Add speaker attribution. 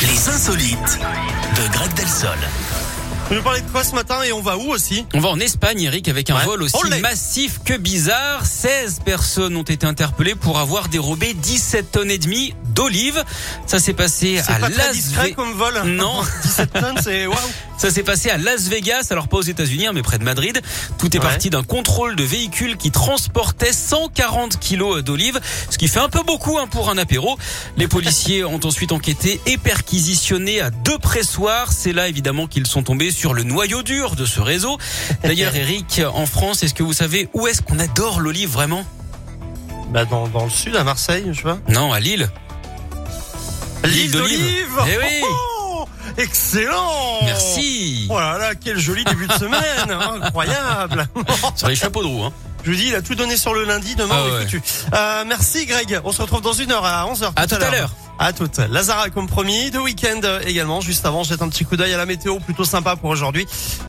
Speaker 1: Les insolites de Greg Delsol.
Speaker 2: Tu nous parlais de quoi ce matin et on va où aussi
Speaker 3: On va en Espagne, Eric, avec un
Speaker 2: Ouais.
Speaker 3: vol aussi
Speaker 2: Olé.
Speaker 3: massif que bizarre. 16 personnes ont été interpellées pour avoir dérobé 17 tonnes et demie d'olives. Ça s'est passé
Speaker 2: C'est
Speaker 3: à
Speaker 2: pas très
Speaker 3: Las
Speaker 2: discret
Speaker 3: Ve-
Speaker 2: comme vol.
Speaker 3: Non.
Speaker 2: 17 tonnes, c'est waouh.
Speaker 3: Ça s'est passé à Las Vegas, alors pas aux États-Unis, hein, mais près de Madrid. Tout est
Speaker 2: Ouais.
Speaker 3: parti d'un contrôle de véhicule qui transportait 140 kilos d'olives, ce qui fait un peu beaucoup hein, pour un apéro. Les policiers ont ensuite enquêté et perquisitionné à deux pressoirs. C'est là évidemment qu'ils sont tombés sur le noyau dur de ce réseau. D'ailleurs, Eric, en France, est-ce que vous savez où est-ce qu'on adore l'olive vraiment
Speaker 2: Bah dans, dans le sud, à Marseille, je sais pas.
Speaker 3: Non, à Lille. L'île d'olive. Eh oui.
Speaker 2: Oh, excellent.
Speaker 3: Merci.
Speaker 2: Oh là là, quel joli début de semaine, incroyable.
Speaker 3: Sur les chapeaux de roue. Hein.
Speaker 2: Je vous dis, il a tout donné sur le lundi, demain
Speaker 3: Ah
Speaker 2: on est
Speaker 3: ouais.
Speaker 2: foutu. Euh, merci Greg, on se retrouve dans une heure à 11h.
Speaker 3: À tout à l'heure.
Speaker 2: À toute. Lazara comme promis, de week-end euh, également. Juste avant, jette un petit coup d'œil à la météo, plutôt sympa pour aujourd'hui.